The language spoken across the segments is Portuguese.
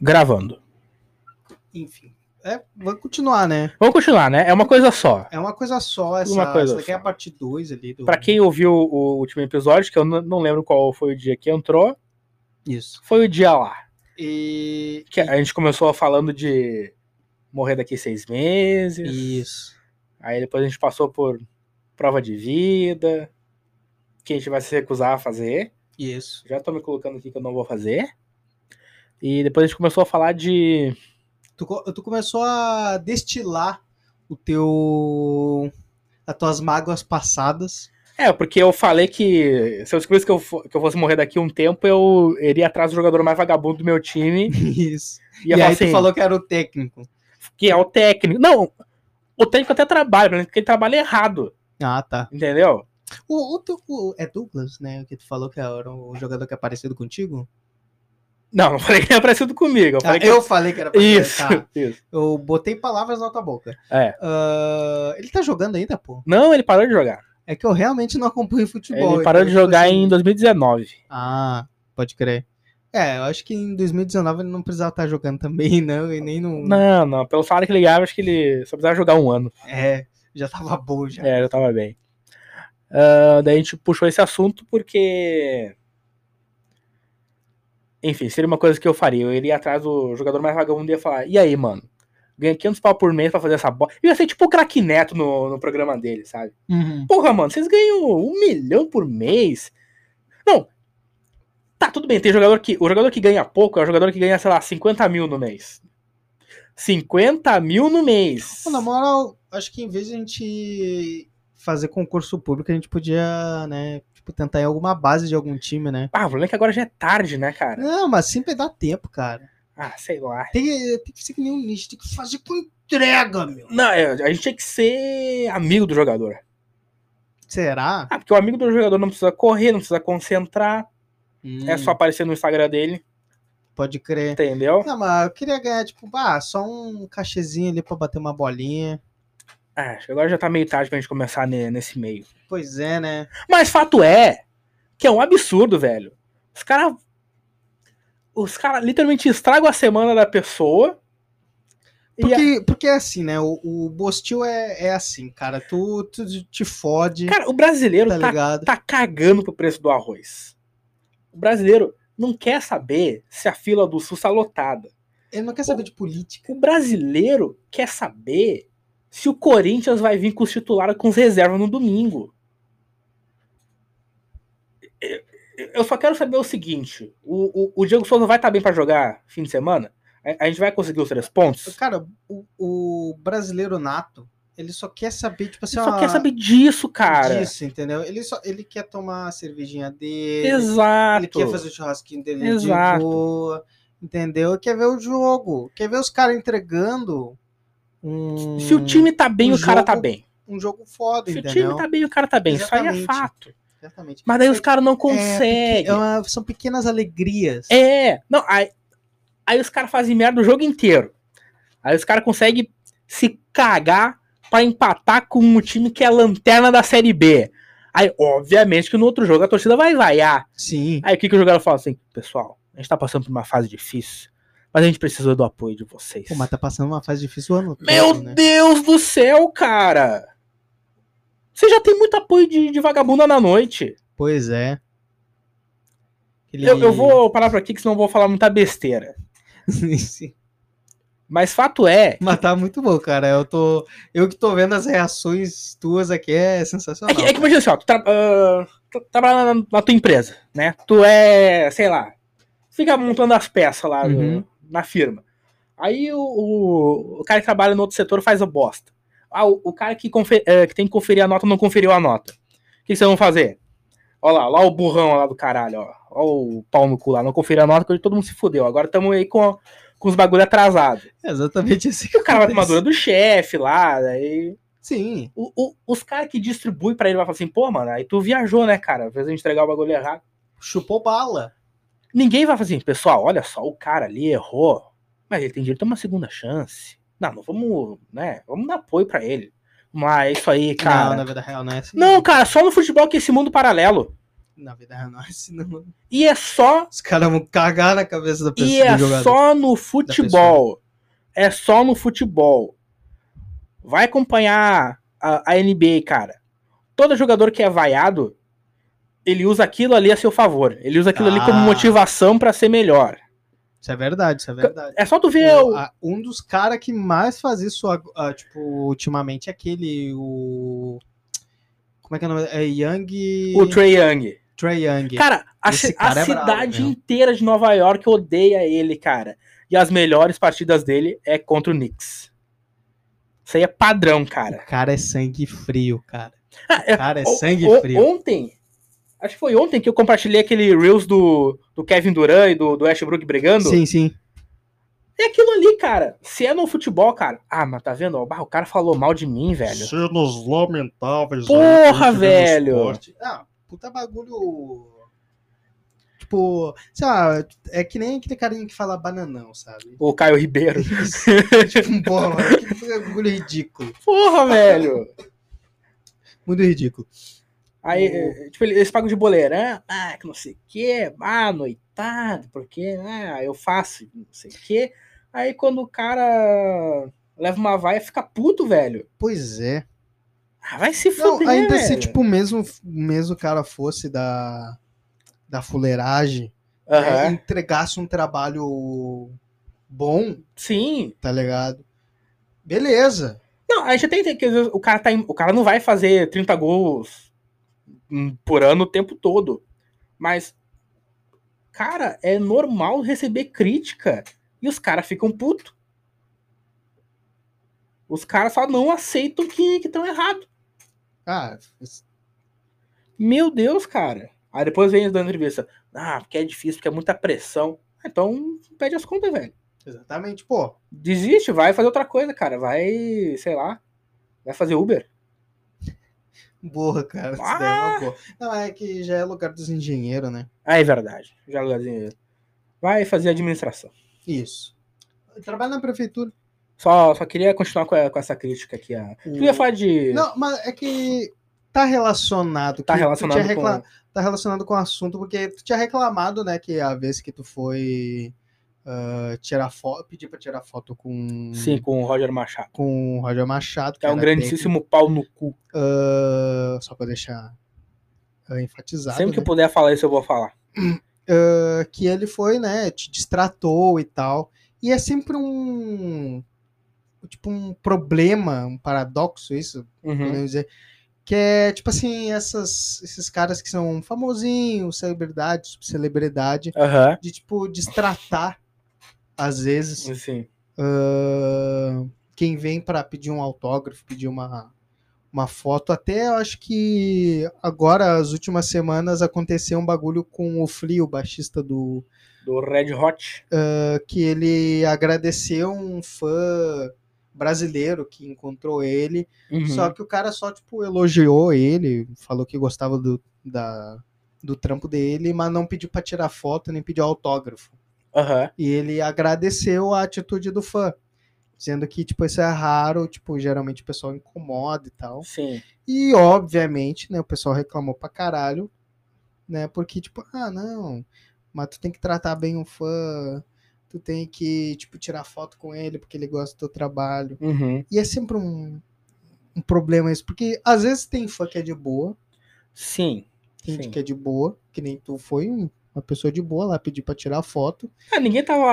Gravando. Enfim. É, vamos continuar, né? Vamos continuar, né? É uma coisa só. É uma coisa só. Essa, Uma coisa essa daqui é a só. parte 2 ali do. Pra quem ouviu o último episódio, que eu n- não lembro qual foi o dia que entrou, Isso. foi o dia lá. E. Que a gente começou falando de morrer daqui seis meses. Isso. Aí depois a gente passou por prova de vida, que a gente vai se recusar a fazer. Isso. Já tô me colocando aqui que eu não vou fazer. E depois a gente começou a falar de. Tu, co- tu começou a destilar o teu. as tuas mágoas passadas. É, porque eu falei que se eu descobrisse que eu, fo- que eu fosse morrer daqui um tempo, eu iria atrás do jogador mais vagabundo do meu time. Isso. E, E, ia falar aí assim, tu falou que era o técnico. que é o técnico. Não, o técnico até trabalha, mas porque ele trabalha errado, Ah, tá. entendeu? O, o teu. o- é Douglas, né? O que tu falou que era o jogador que é parecido contigo? Não, não falei que ele é parecido comigo. Eu Ah, falei que eu falei que era parecido. Isso, tá. isso. Eu botei palavras na tua boca. É. Ah, ele tá jogando ainda, pô. Não, ele parou de jogar. É que eu realmente não acompanho futebol. ele parou de então, tipo jogar assim, em 2019. Ah, pode crer. É, eu acho que em 2019 ele não precisava estar jogando também, não, e nem no. Não, não. Pelo salário que ele ganhava, acho que ele só precisava jogar um ano. É, já tava bom já. É, já tava bem. Ah, daí a gente puxou esse assunto porque. Enfim, seria uma coisa que eu faria. Eu iria atrás do jogador mais vagabundo e ia falar: e aí, mano? Ganha 500 pau por mês pra fazer essa bola. Eu ia ser tipo o craque Neto no, no programa dele, sabe? Uhum. Porra, mano, vocês ganham um milhão por mês? Não. Tá, tudo bem, tem jogador que. O jogador que ganha pouco é o jogador que ganha, sei lá, 50 mil no mês. 50 mil no mês. Pô, Na moral, acho que em vez de a gente fazer concurso público, a gente podia, né, tipo, tentar em alguma base de algum time, né? Ah, o problema é que agora já é tarde, né, cara? Não, mas sempre dá tempo, cara. Ah, sei lá. Tem, que- tem que ser que nem um nicho, tem que fazer com entrega, meu. Não, é, a gente tinha que ser amigo do jogador. Será? Ah, porque o amigo do jogador não precisa correr, não precisa concentrar. Hum. É só aparecer no Instagram dele, Pode crer. entendeu? Não, mas eu queria ganhar, tipo, ah, só um cachezinho ali pra bater uma bolinha. Ah, acho que agora já tá meio tarde pra gente começar ne- nesse meio. Pois é, né? Mas fato é que é um absurdo, velho. Os caras. Os caras literalmente estragam a semana da pessoa. E a- Porque, porque é assim, né? O, o Bostil é, é assim, cara. Tu, tu te fode, cara, o brasileiro tá tá, ligado? tá cagando pro preço do arroz. O brasileiro não quer saber se a fila do sul tá lotada. Ele não quer saber de política. O brasileiro quer saber se o Corinthians vai vir com os titulares com os reservas no domingo. Eu- Eu só quero saber o seguinte: o, o, o Diego Souza vai estar bem pra jogar fim de semana? A, a gente vai conseguir os três pontos? Cara, o, o brasileiro nato, ele só quer saber, tipo assim, Você só ó, quer saber disso, cara. disso, entendeu? Ele, só, ele quer tomar a cervejinha dele, ele Exato. quer fazer o churrasquinho dele Exato. de boa, entendeu? Quer ver o jogo, quer ver os caras entregando um, Se o time tá bem, O o, cara tá jogo, bem. um jogo foda, Se o entendeu? time tá bem, o cara tá bem. Isso aí é Exatamente. fato. Exatamente. Mas daí os É- caras não é conseguem. pequ- é uma- são pequenas alegrias. É, não, aí, aí os caras fazem merda o jogo inteiro. Aí os caras conseguem se cagar pra empatar com um time que é lanterna da Série B. Aí, obviamente, que no outro jogo a torcida vai vaiar. Sim. Aí o que, que o jogador fala assim, pessoal, a gente tá passando por uma fase difícil, mas a gente precisa do apoio de vocês. Pô, mas tá passando uma fase difícil o ano todo, Meu né? Deus do céu, cara! Você já tem muito apoio de, de vagabunda na noite. Pois é. Ele- Eu, eu vou parar por aqui, que senão eu vou falar muita besteira. Sim. Mas fato é mas tá muito bom, cara. Eu, tô... eu que tô vendo as reações tuas aqui é É sensacional. que, é que imagina assim, ó, tu tra- ah, tu trabalha na, na tua empresa, né? Tu é, sei lá, fica montando as peças lá no- Uhum. na firma. Aí o, o, o cara que trabalha no outro setor faz a bosta. Ah, o, o cara que, confe- eh, que tem que conferir a nota não conferiu a nota. O que, que vocês vão fazer? Ó lá, lá o burrão lá do caralho, ó. Ó o pau no cu lá, não conferiu a nota, que hoje todo mundo se fudeu. Agora estamos aí com, a- com os bagulho atrasado. É exatamente assim E o cara vai tomar dura do chefe lá, daí Sim. o- o- os caras que distribui pra ele vai falar assim, pô, mano, aí tu viajou, né, cara? Às vezes eu entregar o bagulho errado. Chupou bala. Ninguém vai falar assim, pessoal, olha só, o cara ali errou, mas ele tem direito a uma segunda chance. Não, não vamos, né? Vamos dar apoio pra ele. Mas é isso aí, Não, cara. na Não, vida real, não é assim. cara, só no futebol que é esse mundo paralelo. na vida é nós, senão E é só os caras vão cagar na cabeça da pessoa. E é do jogador. só no futebol. É só no futebol. Vai acompanhar a, a NBA, cara. Todo jogador que é vaiado, ele usa aquilo ali a seu favor. Ele usa aquilo ali como Ah. motivação pra ser melhor. Isso é verdade, isso é verdade. É só tu ver. O- o- a- um dos caras que mais faz isso, ag- ah, tipo, ultimamente, é aquele, o... Como é que é o nome? É Young... o, Trey Young. Trae Young. Cara, a, Esse ci- cara a é brabo, cidade meu. inteira de Nova York odeia ele, cara. E as melhores partidas dele é contra o Knicks. Isso aí é padrão, cara. O cara é sangue frio, cara. Ah, O cara é O- sangue o- frio. Ontem, acho que foi ontem que eu compartilhei aquele Reels do, do Kevin Durant e do, do Westbrook brigando. Sim, sim. É aquilo ali, cara. Se é no futebol, cara. Ah, mas tá vendo? ó, bah, o cara falou mal de mim, velho. Cenas lamentáveis. Porra, aí que a gente vê no velho. esporte. Ah, puta bagulho... Tipo, sei lá, é que nem aquele carinha que fala bananão, sabe? O Caio Ribeiro. Isso. tipo, porra, mano, que bagulho ridículo. Porra, velho. Muito ridículo. Aí, O- é, tipo, eles pagam de boleirão. Ah, que não sei o quê. Ah, noitado. Porque, ah, eu faço não sei o quê. Aí quando o cara leva uma vaia, fica puto, velho. Pois é. Ah, vai se Não, fuder, ainda velho. se tipo o mesmo mesmo cara fosse da da fuleiragem, né, Aham. entregasse um trabalho bom, Sim. tá ligado? Beleza. Não, a gente tem que. às vezes, O cara, tá, em- o cara não vai fazer 30 gols hum, por ano o tempo todo. Mas, cara, é normal receber crítica e os caras ficam puto. Os caras só não aceitam que estão errado. Ah, Meu Deus, cara. Aí depois vem dando entrevista. Ah, porque é difícil, porque é muita pressão. Então, pede as contas, velho. exatamente, pô. Desiste, vai fazer outra coisa, cara. Vai, sei lá, vai fazer Uber. Boa, cara. Isso daí é uma boa. Não, é que já é lugar dos engenheiros, né? Ah, é verdade. Já lugarzinho. Vai fazer administração. Isso. Trabalha na prefeitura. Só, só queria continuar com, a- com essa crítica aqui. A... Tu ia falar de. Hum. Não, mas é que tá relacionado. tá que tu relacionado tinha recla- com. tá relacionado com o assunto, porque tu tinha reclamado, né, que a vez que tu foi ah, tirar foto, pedir pra tirar foto com, Sim, com o Roger Machado. com o Roger Machado, Que é um era grandíssimo pau no cu. bem- Ah, só pra deixar ah, enfatizado, Sempre que eu né, puder falar isso, eu vou falar. ah, que ele foi, né, te distratou e tal, e é sempre um, tipo, um problema, um paradoxo isso, Uhum. podemos dizer. Que é, tipo assim, essas, esses caras que são famosinhos, celebridade, subcelebridade, Aham. de, tipo, destratar, às vezes, Sim. ah, quem vem para pedir um autógrafo, pedir uma, uma foto. Até eu acho que agora, as últimas semanas, aconteceu um bagulho com o Flea, o baixista do, ah, Do Red Hot. que ele agradeceu um fã brasileiro que encontrou ele Uhum. só que o cara só, tipo, elogiou ele, falou que gostava do, da, do trampo dele, mas não pediu pra tirar foto, nem pediu autógrafo. Aham. E ele agradeceu a atitude do fã, dizendo que, tipo, isso é raro, tipo, geralmente o pessoal incomoda e tal. Sim. E, obviamente, né, o pessoal reclamou pra caralho, né, porque, tipo, ah, não, mas tu tem que tratar bem o fã, tu tem que, tipo, tirar foto com ele porque ele gosta do teu trabalho. Uhum. E é sempre um, um problema isso, porque às vezes tem fã que é de boa, Sim. tem gente Sim. que é de boa, que nem tu foi um- uma pessoa de boa lá pedir pra tirar foto. Ah, ninguém tava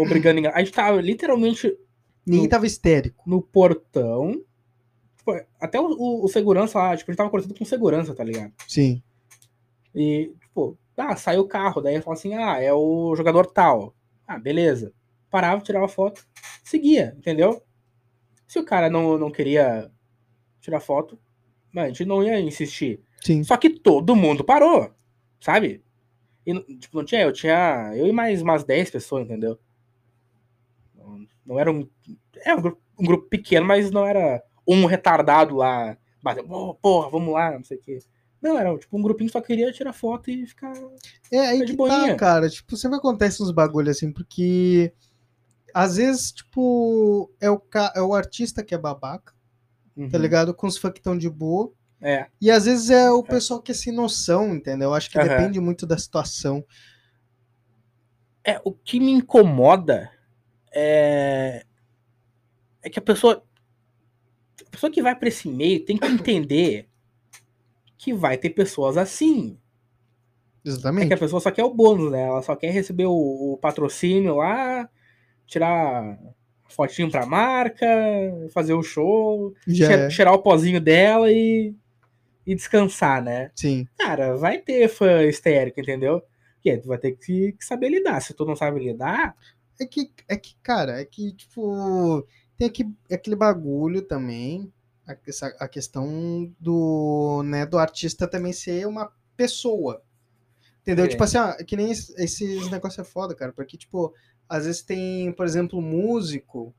obrigando ninguém. A gente tava literalmente Ninguém Hum. tava histérico. no portão. Tipo, até o, o- o segurança lá, tipo, a gente tava conversando com segurança, tá ligado? Sim. E, tipo, ah, saiu o carro, daí fala assim, ah, é o jogador tal. Ah, beleza. Parava, tirava foto, seguia, entendeu? Se o cara não, não queria tirar foto, mano, a gente não ia insistir. Sim. Só que todo mundo parou, sabe? E, não- tipo, não tinha, eu tinha eu e mais umas 10 pessoas, entendeu? Não, não era um. É um grupo, um grupo pequeno, mas não era um retardado lá, batendo, "Pô, porra, vamos lá, não sei o quê. Não, era tipo um grupinho que só queria tirar foto e ficar. É aí Tá de que boinha. tá, cara. Tipo, sempre acontece uns bagulho assim, porque às vezes, tipo, é o, ca... é o artista que é babaca, Uhum. tá ligado? Com os fã que estão de boa. É. E às vezes é o pessoal que é sem noção, entendeu? Eu acho que Aham. depende muito da situação. É, o que me incomoda é. É que a pessoa. A pessoa que vai pra esse meio tem que entender que vai ter pessoas assim. É Exatamente. que a pessoa só quer o bônus, né? Ela só quer receber o, o patrocínio lá, tirar fotinho pra marca, fazer o show, Já che- é. cheirar o pozinho dela e, e descansar, né? Sim. Cara, vai ter fã histérico, entendeu? E aí tu vai ter que, que saber lidar. Se tu não sabe lidar, É que, é que, cara, é que, tipo, tem aqui, aquele bagulho também, a, essa- a questão do, né, do artista também ser uma pessoa. Entendeu? É. Tipo assim, ó, que nem es- esses negócios é foda, cara, porque, tipo, às vezes tem, por exemplo, músico,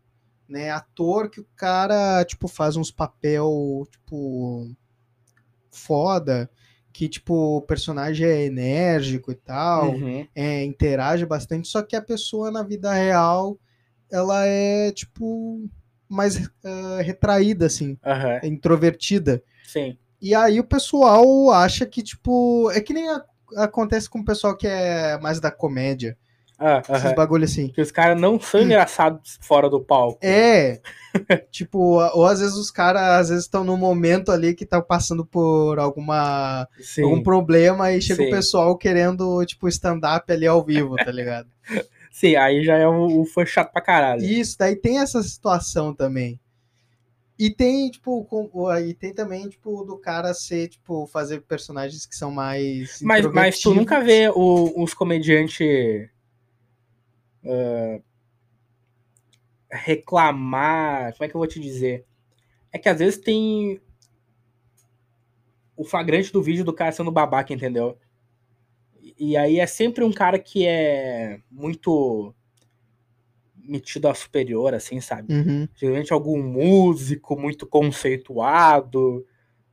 né, ator que o cara, tipo, faz uns papel, tipo, foda, que, tipo, o personagem é enérgico e tal, uhum. é, interage bastante, só que a pessoa na vida real, ela é, tipo, mais eh, retraída, assim, Aham, é introvertida. sim. E aí o pessoal acha que, tipo, é que nem a- acontece com o pessoal que é mais da comédia, Ah, esses aham. bagulho assim. Que os caras não são engraçados fora do palco. É, tipo, a- ou às vezes os caras, às vezes estão num momento ali que tá passando por alguma, Sim. algum problema e chega Sim. o pessoal querendo, tipo, stand-up ali ao vivo, tá ligado? Sim, aí já é o, o fã chato pra caralho. Isso, daí tem essa situação também. E tem, tipo, com, o- aí tem também, tipo, do cara ser, tipo, fazer personagens que são mais. Mas, mas tu introvertidos. nunca vê o- os comediantes ah, reclamar. Como é que eu vou te dizer? É que às vezes tem o flagrante do vídeo do cara sendo babaca, entendeu? E e aí é sempre um cara que é muito metido a superior, assim, sabe? Uhum. geralmente algum músico muito conceituado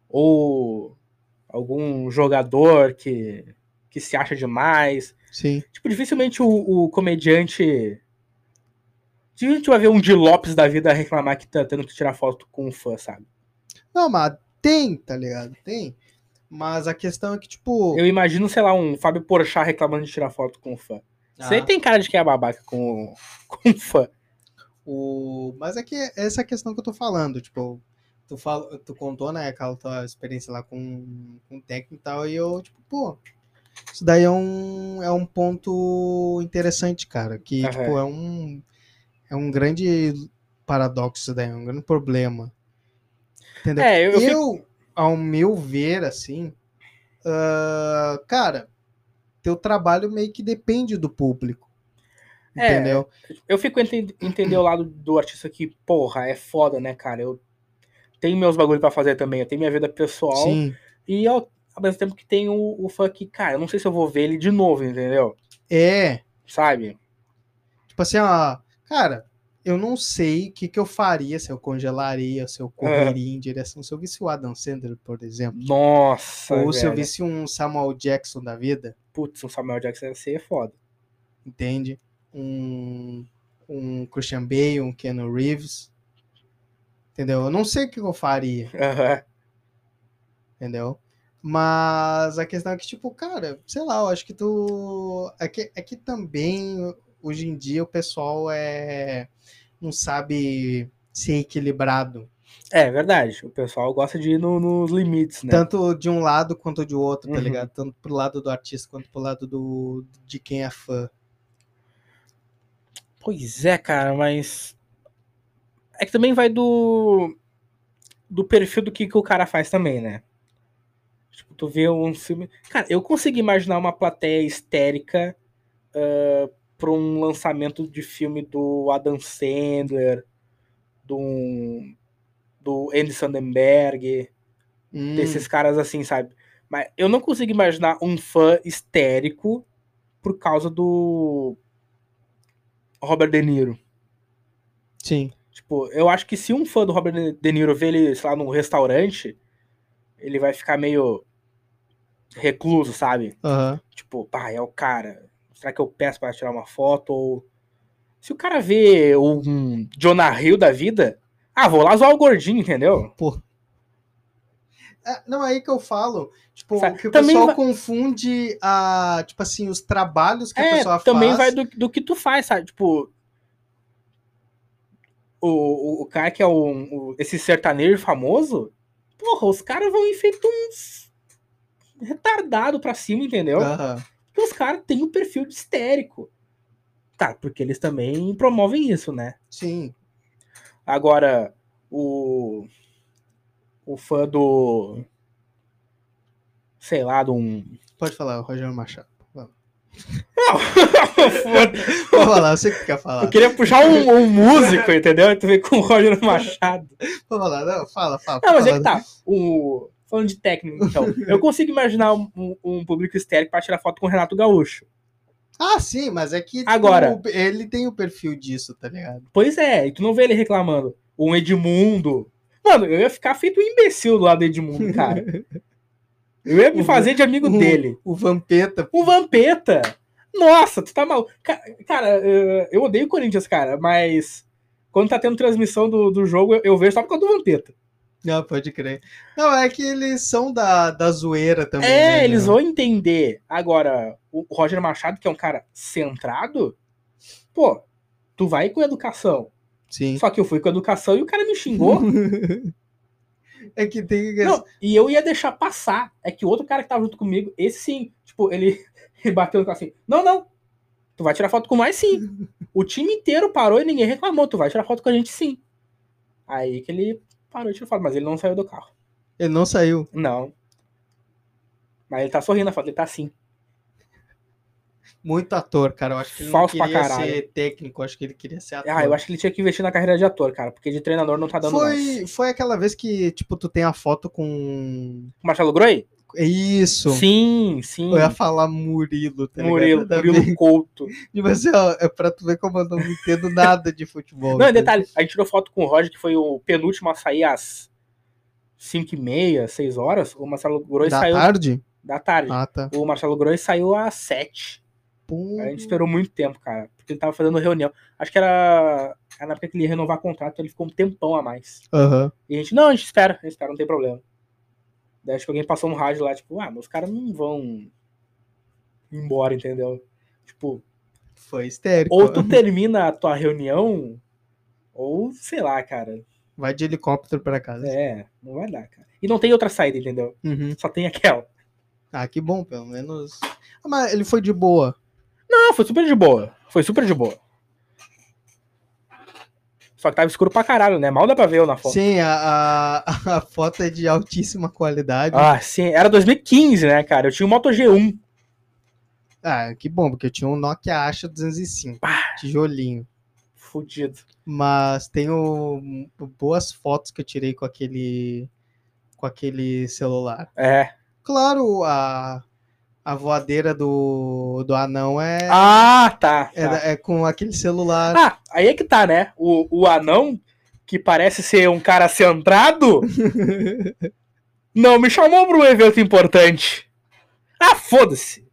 ou algum jogador que, que se acha demais. Sim. Tipo, dificilmente o, o comediante. Dificilmente vai ver um de Lopes da vida reclamar que tá tendo que tirar foto com um fã, sabe? Não, mas tem, tá ligado? Tem. Mas a questão é que, tipo. Eu imagino, sei lá, um Fábio Porchat reclamando de tirar foto com um fã. Isso aí Ah, tem cara de que é babaca com, com um fã. o... Mas é que essa é a questão que eu tô falando, tipo. Tu, fala, tu contou, né, aquela tua experiência lá com, com o técnico e tal, e eu, tipo, pô, isso daí é um, é um ponto interessante, cara. Que, Aham. tipo, é um, é um grande paradoxo isso daí, é um grande problema. Entendeu? É, eu, eu eu, fico- ao meu ver, assim, ah, cara, teu trabalho meio que depende do público. É. Entendeu? Eu fico ente- entender o lado do artista que, porra, é foda, né, cara? Eu tenho meus bagulho pra fazer também, eu tenho minha vida pessoal. Sim. E ao, ao mesmo tempo que tem o, o fã que, cara, eu não sei se eu vou ver ele de novo, entendeu? É. Sabe? Tipo assim, ó, cara, eu não sei o que, que eu faria se eu congelaria, se eu correria em direção. Se eu visse o Adam Sandler, por exemplo. Nossa. ou se eu velho. visse um Samuel Jackson da vida, Putz, um Samuel Jackson ia ser foda. entende? Um, um Christian Bale, um Keanu Reeves. Entendeu? Eu não sei o que eu faria, Aham. entendeu? Mas a questão é que, tipo, cara, sei lá, eu acho que tu. É que, é que também, hoje em dia, o pessoal é. Não sabe ser equilibrado. É verdade. O pessoal gosta de ir no- nos limites, né? Tanto de um lado quanto de outro, tá Uhum. ligado? Tanto pro lado do artista quanto pro lado do, de quem é fã. Pois é, cara, mas. É que também vai do. Do perfil do que, que o cara faz também, né? Tipo, tu vê um filme. Cara, eu consigo imaginar uma plateia histérica ah, pra um lançamento de filme do Adam Sandler, do. do Andy Sandenberg, Hum, desses caras assim, sabe? Mas eu não consigo imaginar um fã histérico por causa do. Robert De Niro. Sim. Tipo, eu acho que se um fã do Robert De Niro vê ele, sei lá, num restaurante, ele vai ficar meio recluso, sabe? Aham. Tipo, pá, é o cara. Será que eu peço pra tirar uma foto? Ou. Se o cara vê um Jonah Hill da vida, ah, vou lá zoar o gordinho, entendeu? É, não, é aí que eu falo, tipo, Sabe, que o também pessoal vai- confunde a, tipo assim, os trabalhos que a É, pessoa também faz. vai do, do que tu faz, sabe? Tipo. O, o, o cara que é um, o- esse sertanejo famoso, porra, os caras vão em feito uns retardado pra cima, entendeu? Aham. Porque os caras têm um perfil de histérico. Tá, porque eles também promovem isso, né? Sim. Agora, o. O fã do. Sei lá, de um. Pode falar, Rogério Machado. Foda-se. Pode falar, você que quer falar. Eu queria puxar um, um músico, entendeu? E tu vem com o Roger Machado. Pode falar, não, fala, fala. Não, mas é fala. que tá. O... Falando de técnico, então. Eu consigo imaginar um, um- um público histérico pra tirar foto com o Renato Gaúcho. Ah, sim, mas é que tipo, Agora. ele tem o perfil disso, tá ligado? Pois é, e tu não vê ele reclamando. Um Edmundo. Mano, eu ia ficar feito um imbecil do lado do Edmundo, cara. Eu ia me fazer de amigo Um- dele. O Vampeta, O Vampeta! Nossa, tu tá maluco. Ca- Cara, eh, eu odeio o Corinthians, cara, mas quando tá tendo transmissão do, do jogo, eu- eu vejo só por causa do Vampeta. não, pode crer. Não, é que eles são da, da zoeira também. É, né, eles meu? vão entender. Agora, o Roger Machado, que é um cara centrado, pô, tu vai com educação. Sim. Só que eu fui com educação e o cara me xingou. É que tem. Não, e eu ia deixar passar. É que o outro cara que tava junto comigo, esse sim, tipo, ele ele bateu no cara assim: não, não, tu vai tirar foto com mais sim. O time inteiro parou e ninguém reclamou, tu vai tirar foto com a gente sim. Aí que ele parou de tirar foto, mas ele não saiu do carro. Ele não saiu. Não. Mas ele tá sorrindo a foto, ele tá assim. Muito ator, cara. Eu acho que ele Falso pra não queria caralho. ser técnico, eu acho que ele queria ser ator. Ah, eu acho que ele tinha que investir na carreira de ator, cara, porque de treinador não tá dando mais. foi, foi aquela vez que, tipo, tu tem a foto com. É O Marcelo Groi? Isso. Sim, sim. Eu ia falar Murilo, tá Murilo, ligado? Nada a ver. Murilo Couto. Tipo assim, ó, é pra tu ver como eu não entendo nada de futebol. Não, e entendeu? detalhe, a gente tirou foto com o Roger, que foi o penúltimo a sair às 5 e meia, 6 horas. O Marcelo Groi Da saiu tarde? da tarde. Ah, tá. O Marcelo Groi saiu às 7. Pum. A gente esperou muito tempo, cara, porque ele tava fazendo reunião. Acho que era, era na época que ele ia renovar contrato, então ele ficou um tempão a mais. Aham. E a gente, não, a gente espera, a gente espera, não tem problema. Daí acho que alguém passou um rádio lá, tipo, ah, mas os caras não vão embora, entendeu? Tipo, Foi histérico. ou tu termina a tua reunião, ou sei lá, cara. Vai de helicóptero pra casa. É, não vai dar, cara. E não tem outra saída, entendeu? Uhum. Só tem aquela. Ah, que bom, pelo menos. Ah, mas ele foi de boa. Não, Ah, foi super de boa. Foi super de boa. Só que tava escuro pra caralho, né? Mal dá pra ver eu na foto. Sim, a, a, a foto é de altíssima qualidade. Ah. Ah, sim. Era 2015, né, cara? Eu tinha um, o Moto G1. que bom, porque eu tinha um Nokia Asha 205, Ah. tijolinho. Fudido. Mas tenho hum, boas fotos que eu tirei com aquele com aquele celular. É. Claro, a, a voadeira do, do anão é, Ah, tá. é, tá. da- é com aquele celular. Ah, aí é que tá, né? O, o anão, que parece ser um cara centrado, não me chamou pra um evento importante. Ah, foda-se.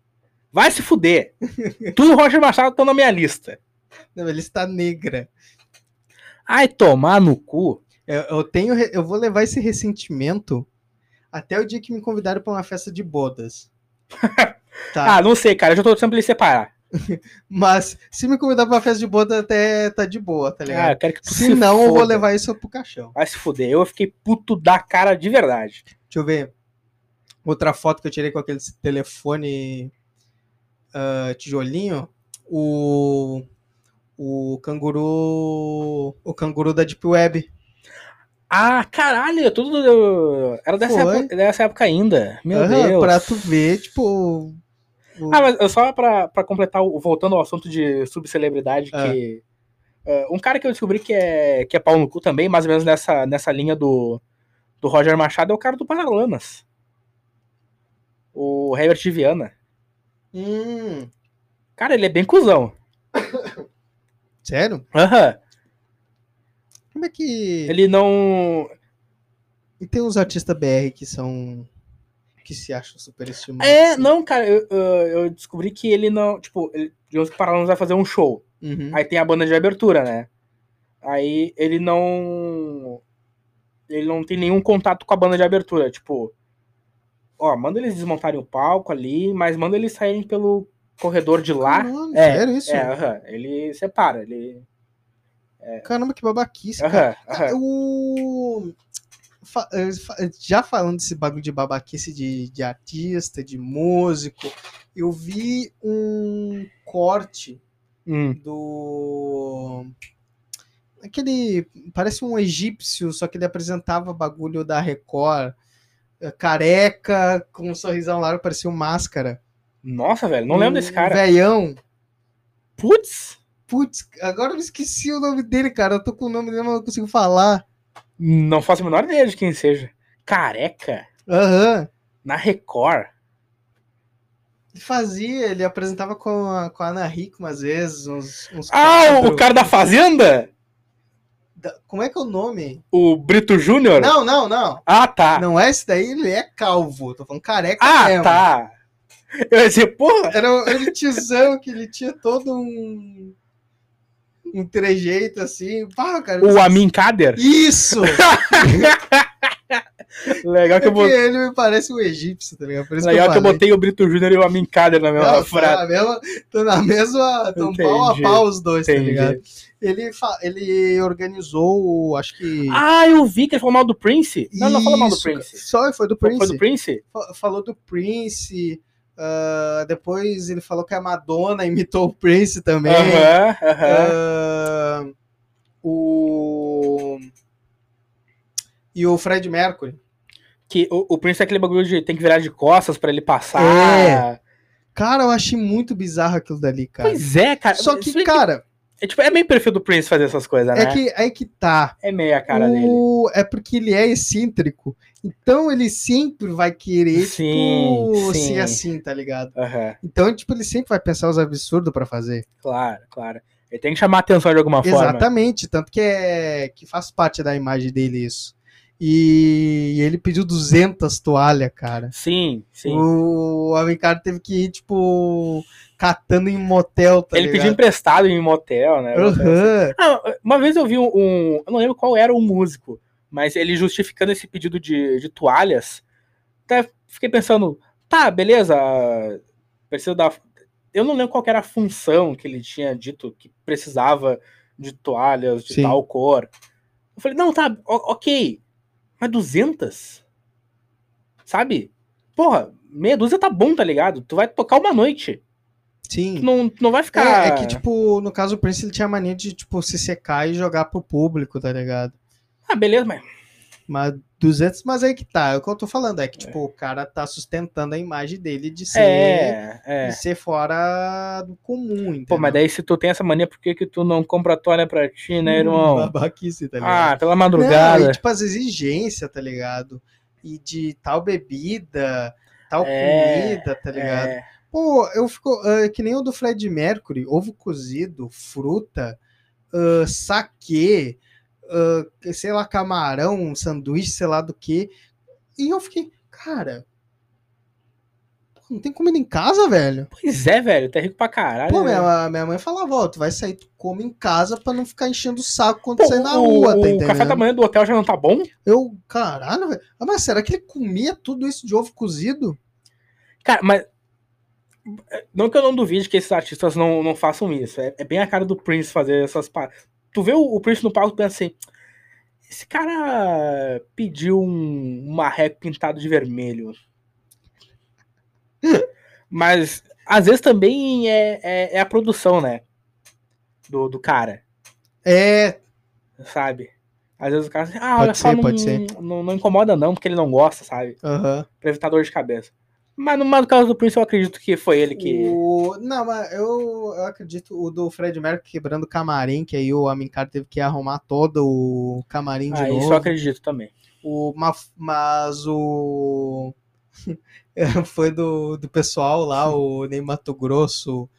Vai se fuder. Tu e o Roger Machado estão na minha lista. Não, ele está negra. Ai, tomar no cu. Eu, eu tenho, re- eu vou levar esse ressentimento até o dia que me convidaram para uma festa de bodas. Tá. Ah, não sei, cara. Eu já tô sempre ele separar. Mas se me convidar para uma festa de bodas, até tá de boa, tá Ah, ligado? eu quero que tu se não, eu vou foda. levar isso pro caixão. Vai se fuder. Eu fiquei puto da cara de verdade. Deixa eu ver. Outra foto que eu tirei com aquele telefone ah, tijolinho, o o canguru, o canguru da Deep Web. Ah, caralho, é tudo. Era dessa Foi. época, dessa época ainda. Meu Aham, Deus. Pra tu ver, tipo, o- Ah, mas eu só pra, pra completar, o- voltando ao assunto de subcelebridade, Ah. que. é, um cara que eu descobri que é, que é pau no cu também, mais ou menos nessa, nessa linha do, do Roger Machado, é o cara do Paralamas. O Herbert Viana. Hum, Cara, ele é bem cuzão. sério? Aham. Como é que. Ele não. E tem uns artistas BR que são. que se acham superestimados. É, não, cara, eu, eu- eu descobri que ele não. Tipo, ele, digamos que o Paralamas vai fazer um show. Uhum. Aí tem a banda de abertura, né? Aí ele não. Ele não tem nenhum contato com a banda de abertura. Tipo, Ó, manda eles desmontarem o palco ali, mas manda eles saírem pelo corredor de lá. Caramba, É, sério isso? É, aham, ele separa, ele. Caramba, que babaquice, Aham, cara. Cara, aham. o- fa- eh, fa- Já falando desse bagulho de babaquice de, de artista, de músico, eu vi um corte Hum, do. Aquele. Parece um egípcio, só que ele apresentava bagulho da Record. eh, Careca, com um sorrisão largo, parecia um máscara. Nossa, Hum, velho, não lembro desse Um cara. Velhão. Putz! Putz, agora eu esqueci o nome dele, cara. Eu tô com o nome dele, mas não consigo falar. Não faço a menor ideia de quem seja. Careca, Aham. na Record. Ele fazia, ele apresentava com a, com a Ana Hickman às vezes, uns. uns Ah, o- quadros. o cara da Fazenda? Da- Como é que é o nome? O Brito Júnior? Não, não, não. Ah, tá. Não é esse daí, ele é calvo. Tô falando careca ah, mesmo. tá. Eu ia dizer, porra. Era, um- era um tiozão que ele tinha todo um. Um trejeito assim. Pá, cara. O Amin Kader? Isso! Legal que Porque eu botei. ele me parece um egípcio, tá ligado? Por isso Legal que eu falei. botei o Brito Júnior e o Amin Kader na Não, mesma tô frase. na mesma, tô na mesma, tão pau a Entendi. pau os dois, tá Entendi. ligado? Ele, fa- ele organizou, o- acho que Ah, eu vi que ele falou mal do Prince. Não, não fala mal do Isso, cara. Prince. Só foi do Foi- Prince. Foi do Prince? Fa- Falou do Prince. ah, depois ele falou que a Madonna imitou o Prince também. Aham, aham. Ah, o. E o Fred Mercury. Que o, o Prince é aquele bagulho de tem que virar de costas pra ele passar. É. Cara, eu achei muito bizarro aquilo dali, cara. Pois é, cara. Só Se que, bem cara, É, tipo, é bem perfil do Prince fazer essas coisas, é né? que aí que tá. É meio a cara dele. O- É porque ele é excêntrico. Então ele sempre vai querer, Sim, tipo, sim. ser assim, tá ligado? Aham, Então, tipo, ele sempre vai pensar os absurdos pra fazer. claro, claro. Ele tem que chamar a atenção de alguma forma. Exatamente, tanto que é que faz parte da imagem dele isso. E ele pediu 200 toalhas, cara. Sim, sim. O Alencar teve que ir, tipo, catando em motel, tá ele pediu ligado? emprestado em motel, né? Aham. Ah, uma vez eu vi um, um- Eu não lembro qual era o músico, mas ele justificando esse pedido de, de toalhas. Até fiquei pensando, tá, beleza. Preciso da. Eu não lembro qual que era a função que ele tinha dito que precisava de toalhas de Sim. tal cor. Eu falei, não, tá, o- ok. Mas 200? Sabe? Porra, meia dúzia tá bom, tá ligado? Tu vai tocar uma noite. Tu Sim. não, tu não vai É, ficar. é que, tipo, no caso, o Prince ele tinha a mania de, tipo, se secar e jogar pro público, tá ligado? Ah, beleza, mas. Mas 200, mas aí que tá. É o que eu tô falando, é que, tipo, o cara tá sustentando a imagem dele de ser, É, é. de ser fora do comum, entendeu? Pô, mas daí se tu tem essa mania, por que que tu não compra a toalha pra ti, né, irmão? Hum, Babaquice, tá ligado? Ah, pela Não, madrugada. e, tipo, as exigências, tá ligado? E de tal bebida, tal É, comida, tá ligado? É, Pô, eu fico. ah, que nem o do Fred Mercury, ovo cozido, fruta, ah, saquê, ah, sei lá, camarão, um sanduíche, sei lá do que. E eu fiquei, cara. pô, Não tem comida em casa, velho. pois é, velho, tu é rico pra caralho. Pô, né? minha, minha mãe falava, ó, tu vai sair, tu come em casa pra não ficar enchendo o saco quando Pô, sair na o- rua, o tá entendendo? café da manhã do hotel já não tá bom? Eu, caralho, velho. Ah, Mas será que ele comia tudo isso de ovo cozido? Cara, mas. Não que eu não duvide que esses artistas não, não façam isso. É, é bem a cara do Prince fazer essas paradas. Tu vê o, o Prince no palco e pensa assim. Esse cara pediu um, um marreco pintado de vermelho. Mas às vezes também é, é, é a produção, né? Do, do cara, É, sabe? Às vezes o cara assim, ah, Pode olha só, ser, não, pode ser. Não, não incomoda não, porque ele não gosta, sabe? aham. Pra evitar dor de cabeça. Mas no, mas no caso do Prince, eu acredito que foi ele que. O... Não, mas eu, eu acredito o do Fred Merck quebrando o camarim, que aí o Amincar teve que arrumar todo o camarim de Ah, isso novo. eu acredito também. O, mas, mas o. Foi do, do pessoal lá, o Ney Mato Grosso,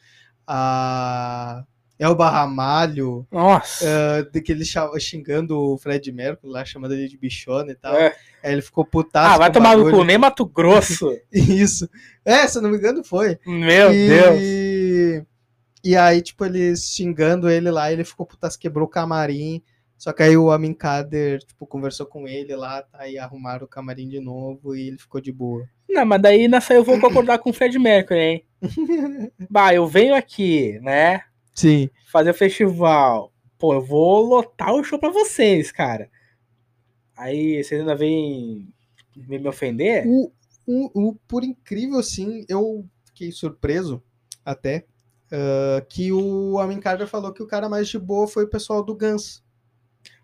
a Elba Ramalho, Nossa. ah, de que ele chama- xingando o Fred Mercury lá, chamando ele de bichona e tal. É. Aí ele ficou putaço. Ah, vai com o tomar no tá bagulho. cu, nem Mato Grosso. Isso. É, se eu não me engano, foi. Meu e... Deus. E aí, tipo, eles xingando ele lá, ele ficou putas, quebrou o camarim. Só que aí o Amin Kader, tipo, conversou com ele lá, tá, aí arrumaram o camarim de novo e ele ficou de boa. Não, mas daí nessa eu vou concordar com o Fred Mercury, hein? bah, eu venho aqui, né? Sim. Fazer o festival. Pô, eu vou lotar o show pra vocês, cara. Aí vocês ainda vêm me, me ofender? O, o, o- por incrível, assim, eu fiquei surpreso até ah, que o Amin Kader falou que o cara mais de boa foi o pessoal do Guns.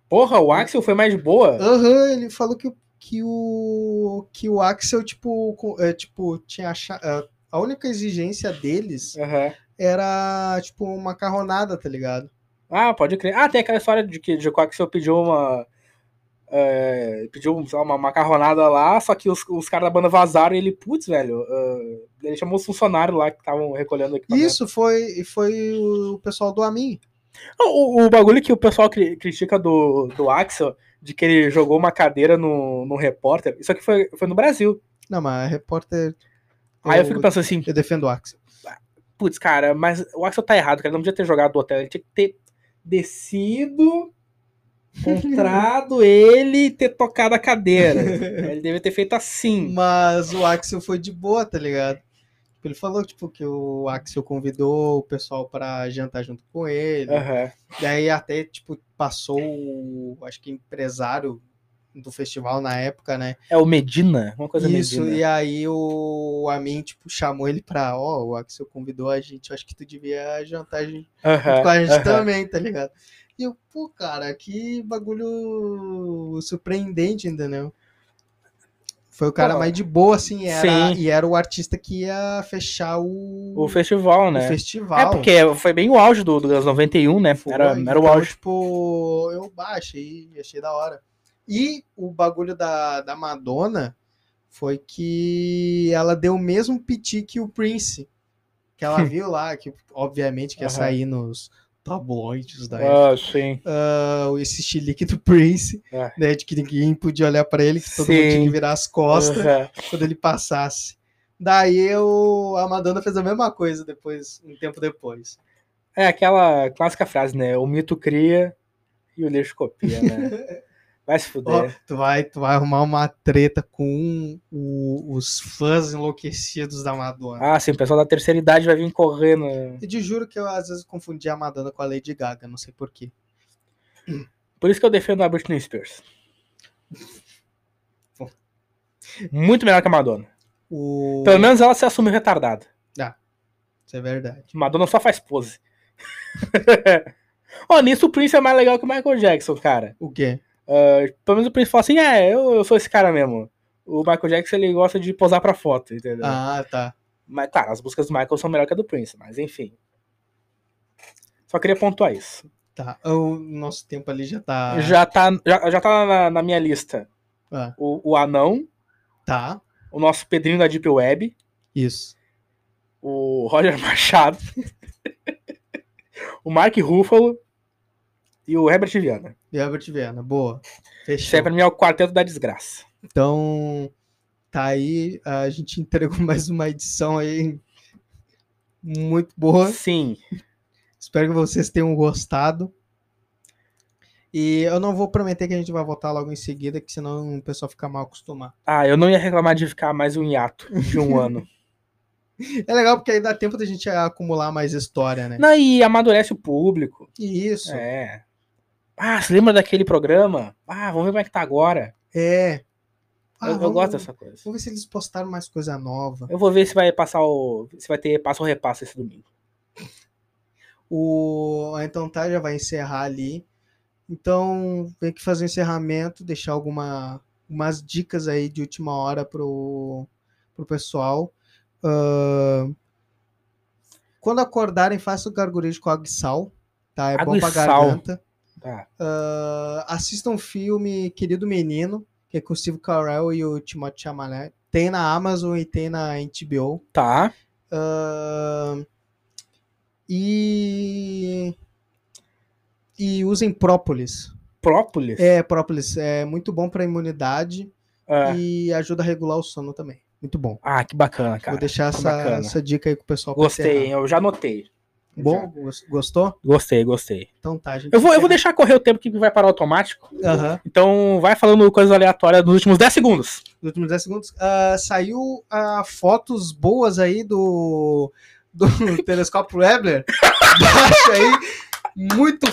Porra, o Axel foi mais de boa. Aham, ele falou que, o- que o que o Axel, tipo, co- é, tipo tinha acha- ah, a única exigência deles Aham. era, tipo, uma macarronada, tá ligado? Ah, pode crer. Ah, tem aquela história de que, de que o Axel pediu uma. é, pediu sei lá, uma macarronada lá, só que os, os caras da banda vazaram e ele, putz, velho. ah, ele chamou os funcionários lá que estavam recolhendo equipamento. Isso foi, foi o pessoal do Amin. O, o bagulho que o pessoal cri- critica do, do Axel, de que ele jogou uma cadeira no, no repórter, isso aqui foi, foi no Brasil. Não, mas a repórter. Aí eu fico pensando assim, eu defendo o Axel. putz, cara, mas o Axel tá errado, cara, ele não podia ter jogado do hotel, ele tinha que ter descido, encontrado ele e ter tocado a cadeira. Ele devia ter feito assim. Mas o Axel foi de boa, tá ligado? Tipo, Ele falou tipo, que o Axel convidou o pessoal pra jantar junto com ele. Aham. Daí até, tipo, passou o, acho que empresário do festival na época, né? É o Medina, uma coisa Isso, Medina. e aí o Amin, tipo, chamou ele pra, ó, o Axel convidou a gente, eu acho que tu devia jantar junto Aham, com a gente É. aham. também, tá ligado? E eu, pô, cara, que bagulho surpreendente, entendeu? Foi o cara Pô, mais de boa, assim, era, sim. e era o artista que ia fechar o, O festival, o né? festival. É porque foi bem o auge do, do anos 91, né? Foi, Era, era então, o auge. Tipo, eu baixei, achei da hora. E o bagulho da, da Madonna foi que ela deu o mesmo piti que o Prince. Que ela viu lá, que obviamente que ia Aham. sair nos tabloides da época. Ah, sim. Ah, esse chilique do Prince, É. né? De que ninguém podia olhar pra ele, que todo mundo tinha Sim. que virar as costas Aham. quando ele passasse. Daí eu, a Madonna fez a mesma coisa depois, um tempo depois. É aquela clássica frase, né? O mito cria e o lixo copia, né? Vai se Ó, fuder. tu, vai, tu vai arrumar uma treta com um- o- os fãs enlouquecidos da Madonna. Ah, sim, o pessoal da terceira idade vai vir correndo. Eu te juro que eu às vezes confundia a Madonna com a Lady Gaga, não sei porquê. Por isso que eu defendo a Britney Spears. Muito melhor que a Madonna. O... Pelo menos ela se assume retardada. Isso é verdade. Madonna só faz pose. Ó, nisso o Prince é mais legal que o Michael Jackson, cara. O quê? Pelo menos o Prince fala assim: é, eu, eu sou esse cara mesmo. O Michael Jackson ele gosta de posar pra foto, entendeu? Ah, tá. Mas, claro, as músicas do Michael são melhor que a do Prince, mas enfim. Só queria pontuar isso. Tá. O nosso tempo ali já tá. Já tá, já, já tá na, na minha lista Ah, o, o Anão, tá. o nosso Pedrinho da Deep Web, Isso. o Roger Machado, o Mark Ruffalo e o Herbert Viana. E Albert Viana, boa. Isso aí Fechou. pra mim é o quarteto da desgraça. Então, tá aí. A gente entregou mais uma edição aí. Muito boa. Sim. Espero que vocês tenham gostado. E eu não vou prometer que a gente vai voltar logo em seguida, que senão o pessoal fica mal acostumado. Ah, eu não ia reclamar de ficar mais um hiato de um ano. É legal porque aí dá tempo da gente acumular mais história, né? Não, e amadurece o público. E isso. É. É. Ah, você lembra daquele programa? Ah, vamos ver como é que tá agora. Ah, eu, eu vamos- gosto dessa coisa. Vamos ver se eles postaram mais coisa nova. Eu vou ver se vai passar o. se vai ter passa ou repassa esse domingo. O... ah, Então tá, já vai encerrar ali. Então, tem que fazer o encerramento, deixar alguma, umas dicas aí de última hora pro, pro pessoal. Ahn, quando acordarem, façam gargurejo com água e sal, tá? É Água bom e pra sal. garganta. Tá. Ahn, assistam o filme Querido Menino, que é com o Steve Carell e o Timothée Chalamet. Tem na Amazon e tem na HBO. Tá. Ahn, e e usem própolis. Própolis. É, própolis é muito bom para imunidade Ah, e ajuda a regular o sono também. Muito bom. Ah, que bacana, cara. Vou deixar tá essa, bacana. essa dica aí com o pessoal. pra Gostei, encerrar. hein? Eu já notei. Bom, gos- gostou? Gostei, gostei. Então tá, gente. Eu vou, eu vou encerra- deixar correr o tempo que vai parar automático. Aham. Então vai falando coisas aleatórias nos últimos 10 segundos. Nos últimos 10 segundos. Ah, saiu ah, fotos boas aí do, do telescópio Webler. Baixa aí. Muito